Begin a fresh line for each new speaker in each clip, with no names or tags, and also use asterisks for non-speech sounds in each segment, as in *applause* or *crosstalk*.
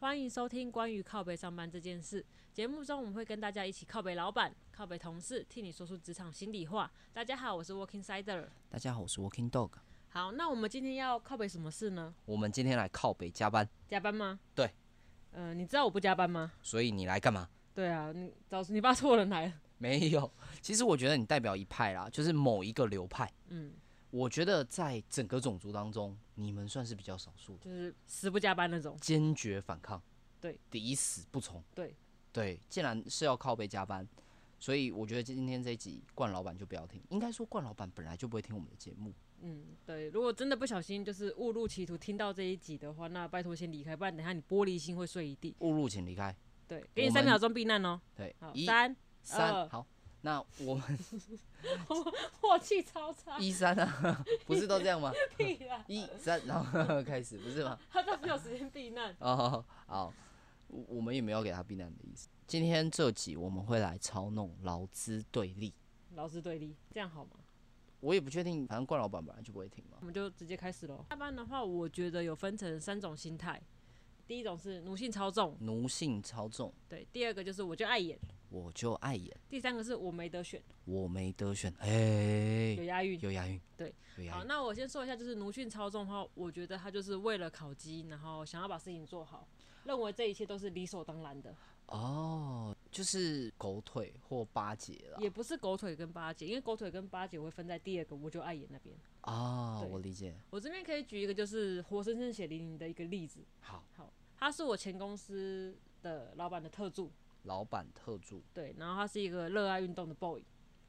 欢迎收听关于靠北上班这件事。节目中我们会跟大家一起靠北老板、靠北同事，替你说出职场心里话。大家好，我是 Working Sider。
大家好，我是 Working Dog。
好，那我们今天要靠北什么事呢？
我们今天来靠北加班，
加班吗？
对。
呃，你知道我不加班吗？
所以你来干嘛？
对啊，你找你爸错人来了。
*laughs* 没有，其实我觉得你代表一派啦，就是某一个流派。
嗯，
我觉得在整个种族当中，你们算是比较少数的，
就是死不加班那种。
坚决反抗，
对，
抵死不从，
对，
对。既然是要靠北加班，所以我觉得今天这一集冠老板就不要听，应该说冠老板本来就不会听我们的节目。
嗯，对。如果真的不小心就是误入歧途，听到这一集的话，那拜托先离开，不然等一下你玻璃心会碎一地。
误入请离开，
对，给你
我
三
们
秒钟避难哦。
对
好，，
一
三， *laughs* 二
三，好。那我们 *laughs*
火气超差。
一三啊，不是都这样吗？
屁啦，
一三，然后 *laughs* 开始，不是吗？
他都没有时间避难。
哦，好，我我们也没有给他避难的意思。今天这集我们会来操弄劳资对立，
劳资对立，这样好吗？
我也不确定，反正冠老板本来就不会听嘛
我。们就直接开始喽。下班的话，我觉得有分成三种心态，第一种是奴性超重，
奴性操纵，
对；第二个就是我就爱演；
我就碍眼，
第三个是我没得选，
我没得选。
有
哎，
押韵。
有押韵，
对，
有押
好，
韵。
那我先说一下，就是奴性超重的话，我觉得他就是为了考绩，然后想要把事情做好，认为这一切都是理所当然的，
哦，就是狗腿或巴结了。
也不是狗腿跟巴结，因为狗腿跟巴结我会分在第二个我就爱演那边。
哦，
对
我理解。
我这边可以举一个就是活生生血淋淋的一个例子，
好，
他是我前公司的老板的特助，
老板特助
对，然后他是一个热爱运动的 boy，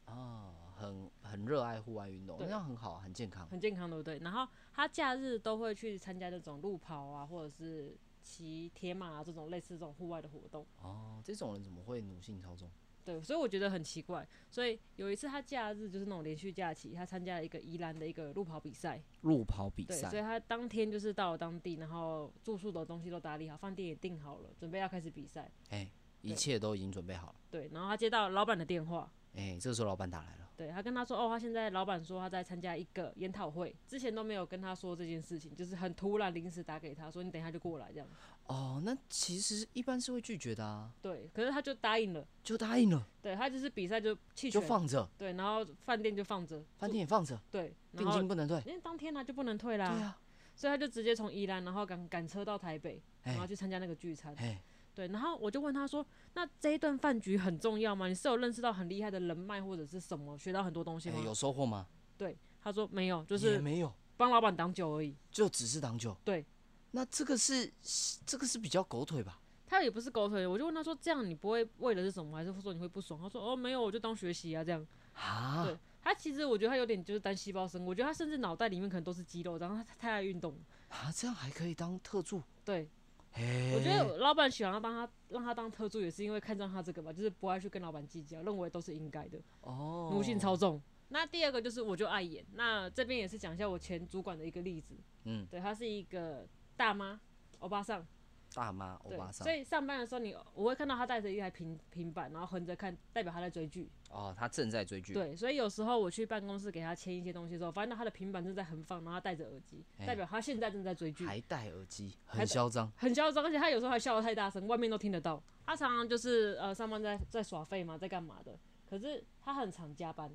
哦，很很热爱户外运动，
对
那很好，很健康。
很健康，对不对？然后他假日都会去参加那种路跑啊，或者是骑铁马啊这种类似这种户外的活动，
哦，这种人怎么会奴性操纵？
对，所以我觉得很奇怪。所以有一次他假日就是那种连续假期，他参加了一个宜兰的一个路跑比赛，
路跑比
对，所以
赛，
他当天就是到了当地，然后住宿的东西都打理好，饭店也订好了，准备要开始比赛，
哎，一
对
切都已经准备好了。
对，然后他接到老板的电话，
哎、这个时候老板打来了，
对他跟他说，哦，他现在老板说他在参加一个研讨会，之前都没有跟他说这件事情，就是很突然临时打给他说你等一下就过来这样。
哦，那其实一般是会拒绝的啊，
对，可是他就答应了，
就答应了，
对他就是比赛就弃
就
权，
放着，
对，然后饭店就放着，
饭店也放着，
对，然
定
后
金不能退。
因为当天他就不能退
对
啦，
啊，
所以他就直接从宜兰然后赶赶车到台北，
哎
然后去参加那个聚餐。
哎，
对，然后我就问他说，那这一段饭局很重要吗？你是有认识到很厉害的人脉或者是什么，学到很多东西
哎
吗？
有收获吗？
对，他说没有，就
也
是
没有，
帮老板挡酒而已。
就只是挡酒。
对，
那这个是这个是比较狗腿吧？
他也不是狗腿，我就问他说：“这样你不会为了是什么，还是说你会不爽？”他说：“哦，没有，我就当学习啊，这样。
啊
对，他其实我觉得他有点就是单细胞生，我觉得他甚至脑袋里面可能都是肌肉，然后他太爱运动。
啊，这样还可以当特助？
对，
哎，
我觉得老板喜欢帮他让他当特助，也是因为看上他这个吧，就是不爱去跟老板计较，认为都是应该的，
哦，
奴性，操纵。那第二个就是我就爱演，那这边也是讲一下我前主管的一个例子，
嗯，
对，她是一个大妈，欧巴桑。
大妈欧
对
巴，桑
所，以上班的时候你我会看到他带着一台平平板，然后横着看，代表他在追剧。
哦，他正在追剧，，
对，所以有时候我去办公室给他签一些东西的时候，发现到他的平板正在横放，然后他戴着耳机，
哎
代表他现在正在追剧，
还戴耳机，
戴
很嚣张。
很嚣张，而且他有时候还笑得太大声，外面都听得到。他常常就是呃上班在在耍废嘛，在干嘛的，可是他很常加班。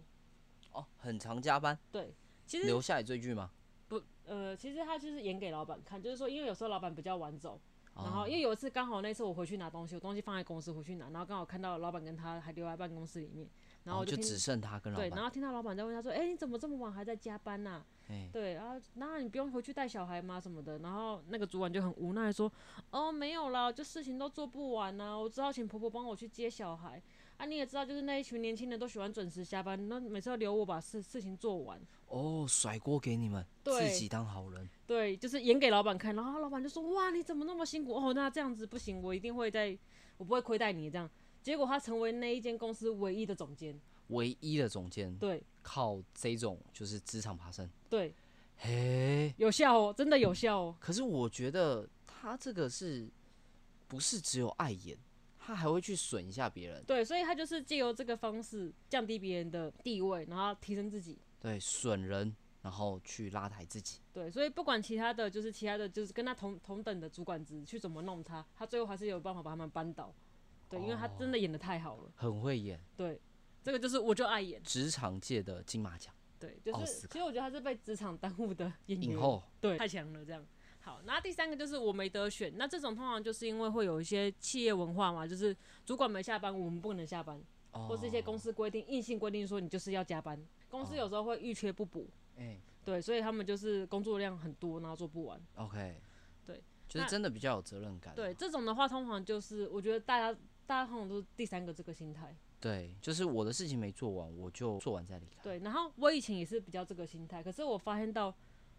哦，很常加班，
对，其实
留下来追剧吗？
不呃，其实他就是演给老板看，就是说因为有时候老板比较晚走。然后，
哦
因为有一次刚好那次我回去拿东西，我东西放在公司回去拿，然后刚好看到老板跟他还留在办公室里面，然后我
哦就
听
只剩他跟老
对，然
板，
后听到老板在问他说：“哎、你怎么这么晚还在加班呐、
哎，
对，然后然后你不用回去带小孩吗？什么的？然后那个主管就很无奈说：“哦，没有啦，就事情都做不完呐、我只好请婆婆帮我去接小孩。啊，你也知道，就是那一群年轻人都喜欢准时下班，那每次都留我把事事情做完。
哦，甩锅给你们，
对
自己当好人，
对，就是演给老板看，然后老板就说：哇，你怎么那么辛苦？哦，那这样子不行，我一定会在，我不会亏待你这样。结果他成为那一间公司唯一的总监。
唯一的总监
对
靠这种就是职场爬升。
对，
嘿，
有效哦，真的有效哦。
可是我觉得他这个是不是只有碍眼，他还会去损一下别人，
对，所以他就是借由这个方式降低别人的地位，然后提升自己。
对，损人，然后去拉抬自己。
对，所以不管其他的，就是其他的，就是跟他同同等的主管职去怎么弄他，他最后还是有办法把他们扳倒。对，因为
哦
他真的演的太好了。
很会演，
对，这个就是我就爱演。
职场界的金马奖
对，就
奥
是
斯
其实我觉得他是被职场耽误的演员。
影后。
对，太强了这样。好，那第三个就是我没得选，那这种通常就是因为会有一些企业文化嘛，就是主管没下班，我们不能下班，
哦哦
或是一些公司规定硬性规定说你就是要加班，公司有时候会预缺不补，
哎、
对，所以他们就是工作量很多，然后做不完。
o k
对，
就是
那
真的比较有责任感。
对，这种的话通常就是我觉得大家大家通常都是第三个这个心态。
对，就是我的事情没做完，我就做完再离开。，
对，然后我以前也是比较这个心态，可是我发现到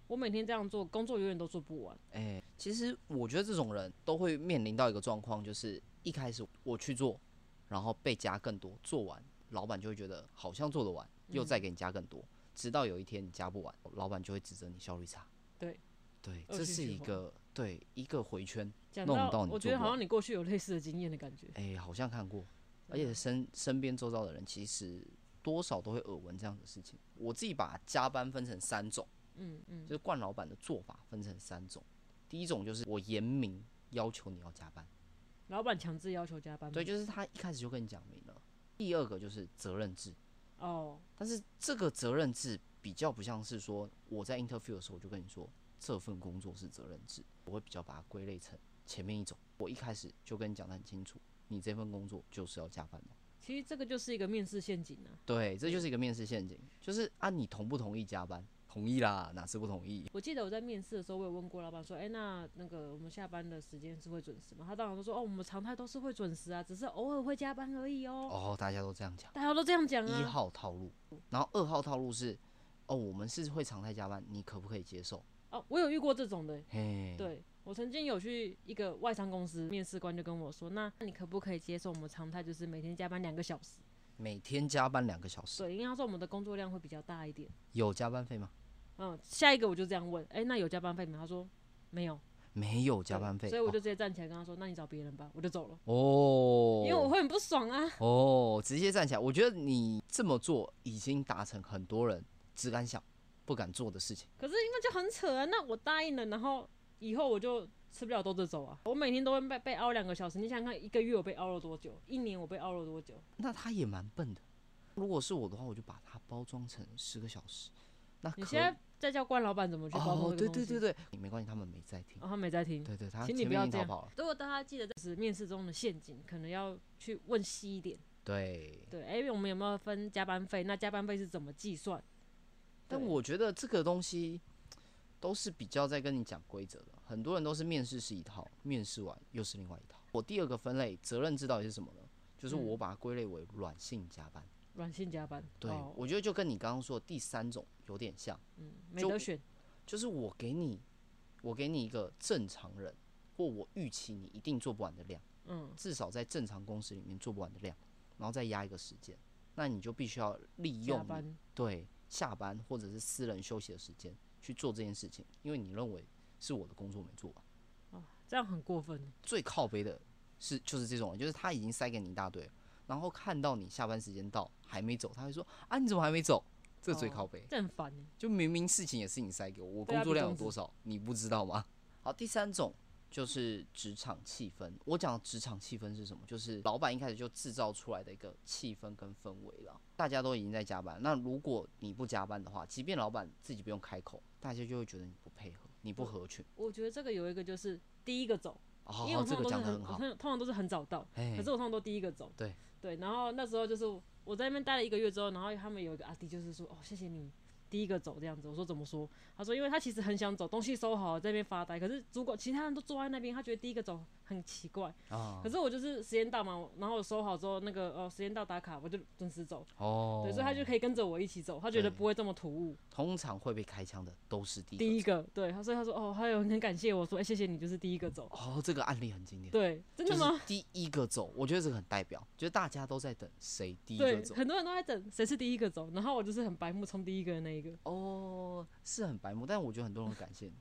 我每天这样做，工作永远都做不完。
哎、其实我觉得这种人都会面临到一个状况，就是一开始我去做，然后被加更多，做完老板就会觉得好像做得完，又
嗯
再给你加更多，直到有一天你加不完，老板就会指责你效率差。
对，
对，
恶
这
性
是
循
一
环
个对一个
*laughs*
回圈，
讲
弄到你
我觉
做
得好
不
像
完
你过去有类似的经验的感觉。
哎、好像看过，而
啊
且身身边周遭的人其实多少都会耳闻这样的事情。我自己把加班分成三种，
嗯嗯
就是冠老板的做法分成三种。第一种就是我严明要求你要加班，
老板强制要求加班吗，
对，就是他一开始就跟你讲明了。第二个就是责任制，
哦，
但是这个责任制比较不像是说我在 interview 的时候我就跟你说这份工作是责任制，我会比较把它归类成前面一种。我一开始就跟你讲的很清楚，你这份工作就是要加班的。
其实这个就是一个面试陷阱啊。
对，这就是一个面试陷阱，就是啊，你同不同意加班？同意啦，哪次不同意？
我记得我在面试的时候，我有问过老板说，哎、那那个我们下班的时间是会准时吗？他当然都说，哦，我们常态都是会准时啊，只是偶尔会加班而已哦。
哦，大家都这样讲，
大家都这样讲
一
啊，
号套路，然后二号套路是，哦，我们是会常态加班，你可不可以接受？
哦，我有遇过这种的、
嘿，，
对我曾经有去一个外商公司，面试官就跟我说，那你可不可以接受我们常态就是每天加班两个小时？
每天加班两个小时，
对，因为他说我们的工作量会比较大一点。
有加班费吗？
嗯，下一个我就这样问，哎、那有加班费吗？他说没有
没有加
对
班费，
所以我就直接站起来跟他说，那你找别人吧，我就走了，
哦，
因为我会很不爽啊。
哦，直接站起来，我觉得你这么做已经达成很多人只敢想不敢做的事情。
可是因为就很扯啊，那我答应了，然后以后我就吃不了兜着走啊。我每天都会被被熬两个小时，你想想看，一个月我被熬了多久？一年我被熬了多久？
那他也蛮笨的。如果是我的话，我就把它包装成十个小时。那可
你现在在教关老板怎么去包装
哦，
这
对
个东西？
对对对，没关系，他们没在听。
哦，他没在听。
对对，他
请你
前
不
面
要
已
这
经逃
样
跑了。
如果大家记得，就是面试中的陷阱，可能要去问细一点。
对，
对，哎、我们有没有分加班费？那加班费是怎么计算？
但
对
我觉得这个东西都是比较在跟你讲规则的，很多人都是面试是一套，面试完又是另外一套。我第二个分类责任制到底是什么呢？就是
嗯
我把它归类为软性加班。
软性加班，
对，
哦、
我觉得就跟你刚刚说的第三种有点像。
嗯，没
就
得选，
就是我给你，我给你一个正常人，或我预期你一定做不完的量，
嗯，
至少在正常公司里面做不完的量，然后再压一个时间，那你就必须要利
加
用你
班，
对下班或者是私人休息的时间去做这件事情，因为你认为是我的工作没做完。
这样很过分。
最靠背的是就是这种人，就是他已经塞给你一大堆了，然后看到你下班时间到还没走，他会说啊你怎么还没走？这最
哦
靠背。
这很烦欸。
就明明事情也是你塞给我，我
对啊
工作量有
比中
多少，你不知道吗？好，第三种就是职场气氛。我讲的职场气氛是什么？就是老板一开始就制造出来的一个气氛跟氛围了。大家都已经在加班，那如果你不加班的话，即便老板自己不用开口，大家就会觉得你不配合，你不合群。
我觉得这个有一个就是第一个走，因为
哦
我，
这
通常都是
个讲的
很，
很
我
好。
通通常都是很早到，*laughs*
哎
可是我通常都第一个走。
对
对，然后那时候就是我在那边待了一个月之后，然后他们有一个阿弟就是说，哦，谢谢你第一个走这样子。我说怎么说？他说因为他其实很想走，东西收好在那边发呆，可是主管其他人都坐在那边，他觉得第一个走很奇怪。
啊
可，是我就是时间到嘛，然后我收好之后，那个哦时间到打卡，我就准时走。
哦，
对，所以他就可以跟着我一起走，他觉得
对
不会这么突兀。
通常会被开枪的都是第
第
一
一
个。
个，对，他所以他说哦，还有很感谢我说，哎、谢谢你，就是第一个走。
哦，这个案例很经典。
对，真
就
的吗？
是第一个走，我觉得这个很代表，就是大家都在等谁第一个
对，
走。
很多人都在等谁是第一个走，然后我就是很白目冲第一个的那一个。
哦，是很白目，但我觉得很多人会
*laughs*
感谢你。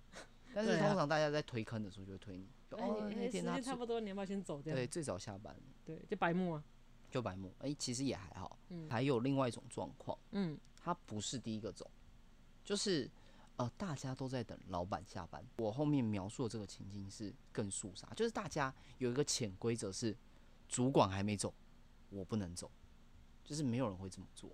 但是
对啊
通常大家在推坑的时候就会推你，就
哎
哦
你
那
哎时
天他
间差
最
不多，你要不要先走？这
对
样
最早下班
对，就白目啊。
就白目，哎、其实也还好。
嗯
还有另外一种状况，
嗯，
他不是第一个走，就是呃，大家都在等老板下班。我后面描述的这个情境是更肃杀，就是大家有一个潜规则是，主管还没走，我不能走，就是没有人会这么做。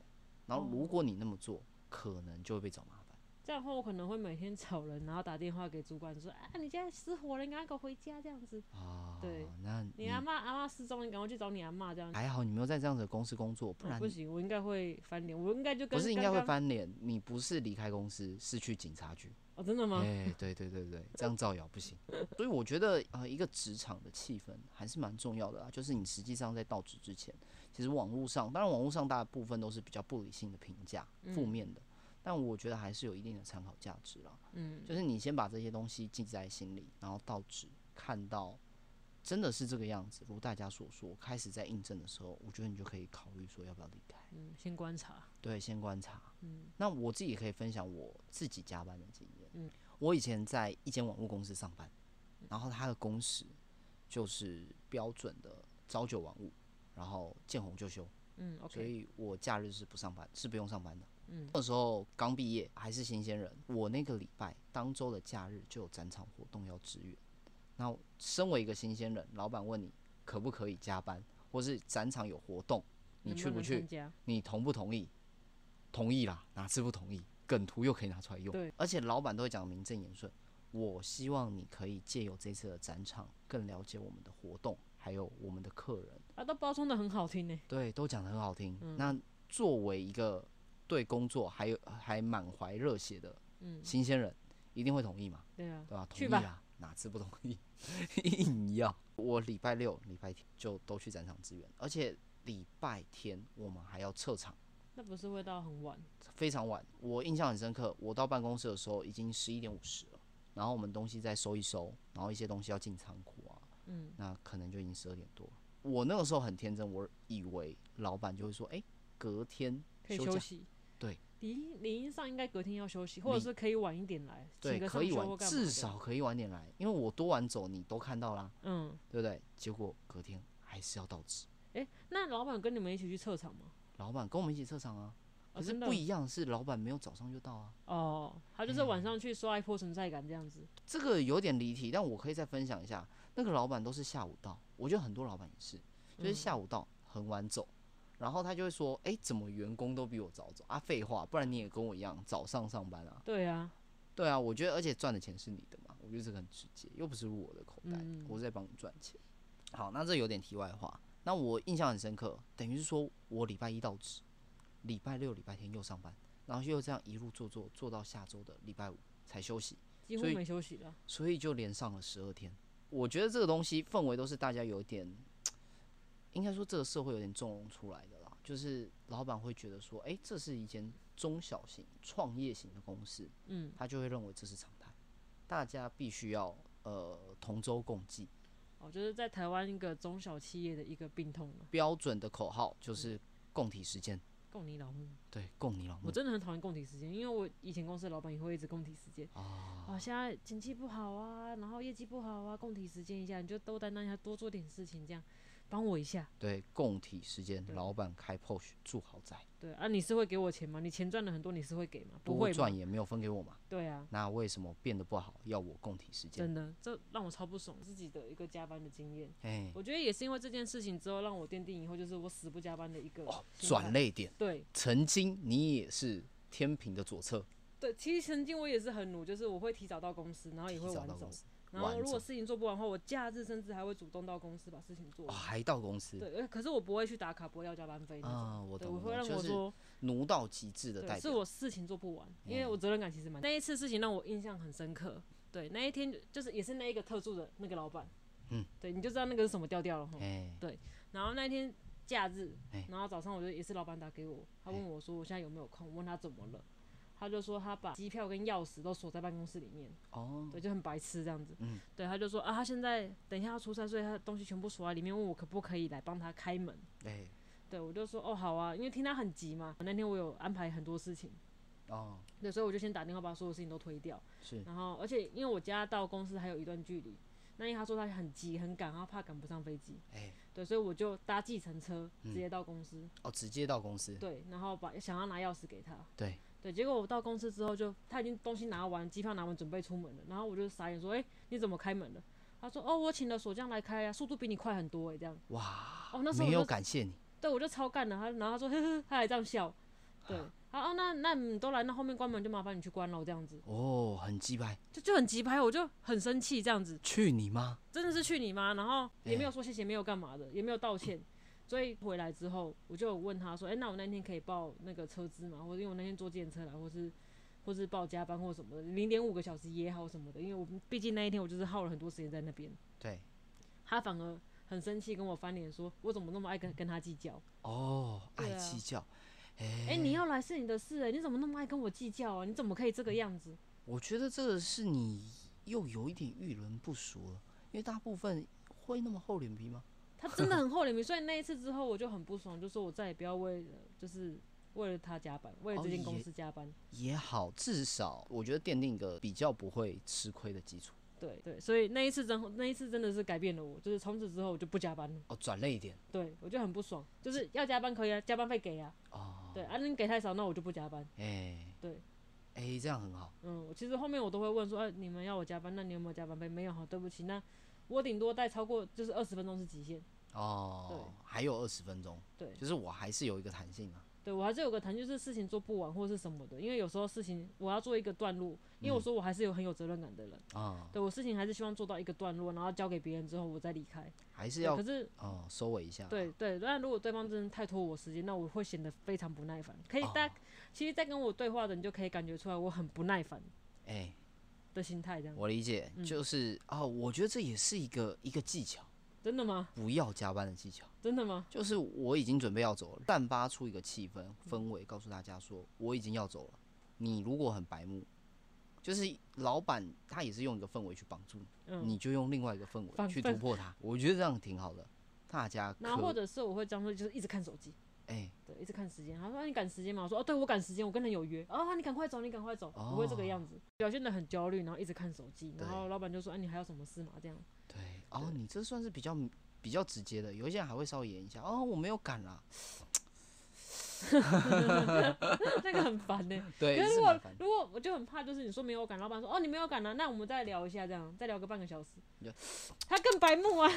然
哦
后如果你那么做，可能就会被找麻烦。
这样的话，我可能会每天找人，然后打电话给主管说：“啊，你现在失火了，你赶快给我回家。”这样子，
啊，
对，
那
你阿妈阿妈失踪，你赶快去找你阿妈。这样、
还好，你没有在这样子的公司工哎作，不
哦
然
不行，我应该会翻脸，我应该就跟
不是应该
刚
会
刚
翻脸。你不是离开公司，是去警察局。
哦，真的吗？
哎、对对对对，这样造谣不行。所以我觉得呃，一个职场的气氛还是蛮重要的啦。就是你实际上在到职之前，其实网络上，当然网络上大部分都是比较不理性的评价，
嗯
负面的。但我觉得还是有一定的参考价值啦。
嗯，
就是你先把这些东西记在心里，然后到职看到真的是这个样子，如大家所说，开始在印证的时候，我觉得你就可以考虑说要不要离开。
嗯，先观察。
对，先观察。
嗯
那我自己也可以分享我自己加班的经验。
嗯，
我以前在一间网络公司上班，然后他的工时就是标准的朝九晚五，然后见红就休，
嗯
所
，OK，
以我假日是不上班，是不用上班的。
嗯，
那时候刚毕业，还是新鲜人。我那个礼拜当周的假日就有展场活动要支援。那身为一个新鲜人，老板问你可不可以加班，或是展场有活动，你
能
去
能
去？
参加？
你同不同意？同意啦，哪次不同意？梗图又可以拿出来用。
对，
而且老板都会讲得名正言顺。我希望你可以借由这次的展场，更了解我们的活动，还有我们的客人。
啊，都包装的很好听呢。
对，都讲得很好听。
嗯
那作为一个对工作还有还满怀热血的
嗯，
新鲜人，一定会同意嘛？
对啊，
对吧？同
去
意
吧
啊，哪次不同意？ *laughs* 硬要。我礼拜六、礼拜天就都去展场支援，而且礼拜天我们还要撤场。
那不是会到很晚？
非常晚，我印象很深刻。我到办公室的时候已经十一点五十了，然后我们东西再收一收，然后一些东西要进仓库啊，
嗯，
那可能就已经十二点多了。我那个时候很天真，我以为老板就会说，哎、隔天
可以
假
休息。
对，
理理应上应该隔天要休息，或者
理
是可以晚一点来，
对，
请个
可
上
以
休或
晚，
干嘛的
至少可以晚点来，因为我多晚走你都看到啦，
嗯，
对不对？结果隔天还是要到职，
诶，那老板跟你们一起去撤场吗？
老板跟我们一起撤场啊，
哦
可是
真的
不一样，是老板没有早上就到啊。
哦，他就是晚上去刷一波存在感这样子。
这个有点离题，但我可以再分享一下。那个老板都是下午到，我觉得很多老板也是，就是下午到很晚走，然后他就会说：“哎、怎么员工都比我早走啊？废话，不然你也跟我一样早上上班啊
对啊，？”
对啊，我觉得而且赚的钱是你的嘛，我觉得这个很直接，又不是入我的口袋，
嗯
我是在帮你赚钱。好，那这有点题外话。那我印象很深刻，等于是说我礼拜一到职，礼拜六、礼拜天又上班，然后又这样一路做做做到下周的礼拜五才休息。
几乎
所以
没休息了。
所以就连上了十二天。我觉得这个东西氛围都是大家有点，应该说这个社会有点纵容出来的啦。就是老板会觉得说，诶，这是一间中小型创业型的公司，
嗯，
他就会认为这是常态，大家必须要呃同舟共济。
哦，就是在台湾一个中小企业的一个病痛啊了，
标准的口号就是共体时间，
供你老母。
对，共你老
我
母。
真的很讨厌供体时间，因为我以前公司的老板也会一直供体时间啊、现在经济不好啊，然后业绩不好啊，供体时间一下，你就多担当一下，多做点事情，这样帮我一下。
对，共体时间，
对
老板开 POS 住豪宅，
对啊，你是会给我钱吗？你钱赚了很多，你是会给吗？不
多
会
赚
嘛？
也没有分给我嘛，
对啊，
那为什么变得不好要我共体时间？
真的，这让我超不爽自己的一个加班的经验。
哎，
我觉得也是因为这件事情之后，让我奠定以后就是我死不加班的一个心态
哦转泪点。
对
曾经你也是天平的左侧，
对，其实曾经我也是很努，就是我会提早到公司，然后也会
提早
晚
到
走
公。司，
然后
晚
如果
走
事情做不完的话，我假日甚至还会主动到公司把事情做
哦，
完。
还到公司
对，呃可是我不会去打卡，不会要加班费那种。
啊，我
对，
懂
我会
了，
让
就
我
是
说，
奴到极致的代
对，是
表。嗯
我事情做不完，因为我责任感其实蛮。那一次事情让我印象很深刻。对，那一天就就是也是那一个特助的那个老板，
嗯，
对，你就知道那个是什么调调了哈。
哎，
然后那一天假日
哎，
然后早上我就也是老板打给我，他问我说我现在有没有空，我问他怎么了，他就说他把机票跟钥匙都锁在办公室里面，
哦，
对，就很白痴这样子。
嗯
对，他就说啊，他现在等一下要出差，所以他的东西全部锁在里面，问我可不可以来帮他开门。
哎，
对，我就说哦好啊，因为听他很急嘛，那天我有安排很多事情，
哦，
对，所以我就先打电话把所有事情都推掉。
是
然后，而且因为我家到公司还有一段距离，那因为他说他很急很赶，他怕赶不上飞机，
哎，
对，所以我就搭计程车直接到公司，
哦，直接到公司，
对，然后把想要拿钥匙给他，
对，
对，结果我到公司之后就他已经东西拿完，机票拿完，准备出门了，然后我就傻眼说：“哎、你怎么开门了？”他说：“哦，我请了锁匠来开啊，速度比你快很多哎、这样。”
哇，
哦，那时候
没
我
有
就
感谢你，
对，我就超干了。他然后他说呵呵，他还这样笑，对，他哦那那你都来，那后面关门就麻烦你去关了这样子，
哦，很鸡掰，
就就很急拍，我就很生气这样子，
去你妈！
真的是去你妈，然后也没
哎
有说谢谢，没有干嘛的，也没有道歉。所以回来之后，我就有问他说，哎、那我那天可以报那个车资吗？或者因为我那天坐电车来，或是或是报加班或什么的，零点五个小时也好什么的，因为我毕竟那一天我就是耗了很多时间在那边，
对，
他反而很生气跟我翻脸说，我怎么那么爱跟跟他计较？
哦，爱
对啊
计较，
哎、你要来是你的事、哎，你怎么那么爱跟我计较啊？你怎么可以这个样子？
我觉得这个是你又有一点遇人不淑了，因为大部分会那么厚脸皮吗？
他真的很厚脸皮，所以那一次之后我就很不爽，就说我再也不要为了就是为了他加班，为了这间公司加班。
也好，至少我觉得奠定一个比较不会吃亏的基础。
对对，所以那一次真那一次真的是改变了我，就是从此之后我就不加班了。
哦，转累一点
对我就很不爽，就是要加班可以啊，加班费给啊。
哦，
对啊，你给太少，那我就不加班。
哎、
对，
哎、这样很好。
嗯，我其实后面我都会问说，哎、你们要我加班，那你有没有加班费？没有，好，对不起，那我顶多带超过就是二十分钟是极限。
哦，还有二十分钟，
对
就是我还是有一个弹性啊。
对我还是有个谈，就是事情做不完或是什么的，因为有时候事情我要做一个段落，因
嗯
为我说我还是有很有责任感的人，
啊、
对我事情还是希望做到一个段落，然后交给别人之后我再离开。
还是
对
要
可是
哦、收尾一下。
对对，但如果对方真的太拖我时间，那我会显得非常不耐烦。可以
哦
大，其实，在跟我对话的你就可以感觉出来我很不耐烦
哎、
的心态，这样
我理解，
嗯
就是啊、我觉得这也是一个一个技巧，
真的吗？
不要加班的技巧。
真的吗？
就是我已经准备要走了，散发出一个气氛氛围，告诉大家说我已经要走了。你如果很白目，就是老板他也是用一个氛围去帮助你，
嗯
你就用另外一个氛围
反
去
氛
突破它。我觉得这样挺好的，大家可
然后或者是我会这样说，就是一直看手机，
哎、
对，一直看时间。他说、啊、你赶时间吗？我说哦，对我赶时间，我跟人有约。哦，你赶快走，你赶快走，我会这个
哦
样子，表现得很焦虑，然后一直看手机，然
对
后老板就说，哎、你还有什么事吗？这样， *laughs*
对，哦，你这算是比较比较直接的，有一些人还会稍微演一下，哦，我没有赶啦，
那个很烦呢、
对，
可是
是
如果
蛮烦的。
如果我就很怕，就是你说没有赶，老板说哦你没有赶了、那我们再聊一下，这样再聊个半个小时
你就，
他更白目啊，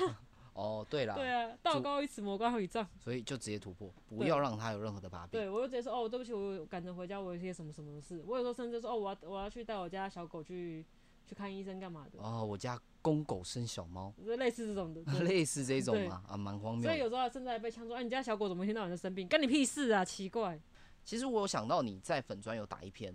哦，对啦，
对啊，道高一尺魔高一丈，
所以就直接突破，不
对
要让他有任何的把柄。
对我就直接说哦对不起，我有赶着回家，我有一些什么什么事，我有时候甚至说哦我要我要去带我家小狗去去看医生干嘛的，
哦，我家公狗生小猫，
就类似这种的，对
*laughs* 类似这种
对
嘛，啊，蛮荒谬
所
的
以。有时候甚至还被呛说：“哎、你家小狗怎么一天到晚就生病？干你屁事啊！奇怪。
其实我有想到你在粉专有打一篇，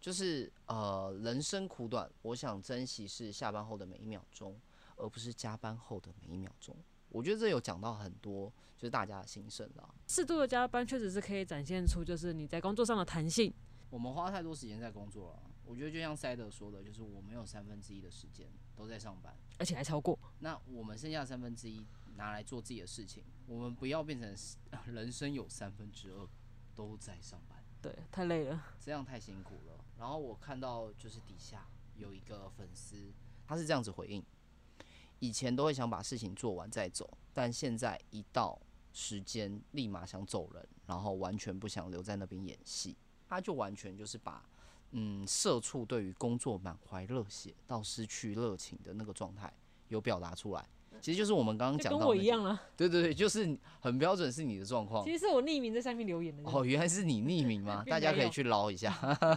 就是呃，人生苦短，我想珍惜是下班后的每一秒钟，而不是加班后的每一秒钟。我觉得这有讲到很多，就是大家的心声啦。”
适度的加班确实是可以展现出就是你在工作上的弹性。
我们花太多时间在工作了，我觉得就像塞德说的，就是我们有三分之一的时间都在上班，
而且还超过，
那我们剩下的三分之一拿来做自己的事情，我们不要变成是 *laughs* 人生有三分之二都在上班。
对，太累了。
这样太辛苦了。然后我看到就是底下有一个粉丝，他是这样子回应：以前都会想把事情做完再走，但现在一到时间立马想走人，然后完全不想留在那边演戏。他就完全就是把嗯社畜对于工作满怀热血到失去热情的那个状态有表达出来。其实就是我们刚刚
就
讲
跟
到
我
那
一
些，
样啊，
对对对，就是很标准是你的状况。
其实是我匿名在下面留言的。
哦，原来是你匿名
*laughs*
吗？
并
大家
嗯没
可以
有
去捞一下，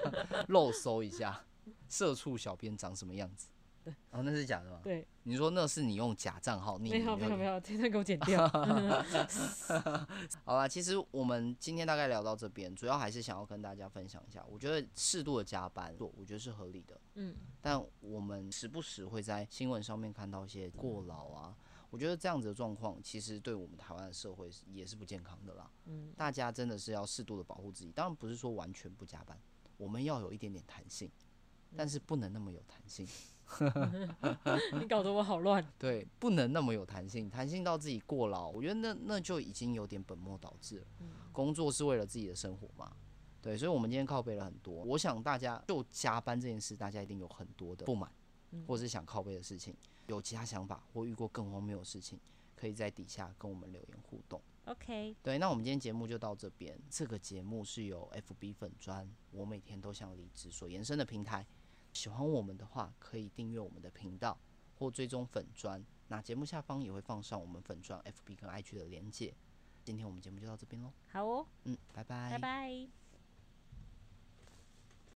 *laughs* 漏搜一下，社畜小编长什么样子？
对，
哦，那是假的吗？
对，
你说那是你用假账号匿
没
名
有没有
留
没
言？
有，这段给我剪掉。
好啦，其实我们今天大概聊到这边，主要还是想要跟大家分享一下，我觉得适度的加班，做我觉得是合理的。
嗯，
但我们时不时会在新闻上面看到一些过劳啊，我觉得这样子的状况，其实对我们台湾的社会是也是不健康的啦。
嗯，
大家真的是要适度的保护自己，当然不是说完全不加班，我们要有一点点弹性，
嗯
但是不能那么有弹性，
你搞得我好乱。
对，不能那么有弹性，弹性到自己过劳，我觉得那那就已经有点本末倒置了。工作是为了自己的生活嘛。对，所以，我们今天靠背了很多。我想大家就加班这件事，大家一定有很多的不满，或者是想靠背的事情。有其他想法或遇过更荒谬的事情，可以在底下跟我们留言互动。
OK，
对，那我们今天节目就到这边。这个节目是由 FB 粉砖我每天都想离职所延伸的平台。喜欢我们的话，可以订阅我们的频道或追踪粉砖。那节目下方也会放上我们粉砖 FB 跟 IG 的连接。今天我们节目就到这边喽，
好哦，
嗯，拜拜，
拜拜。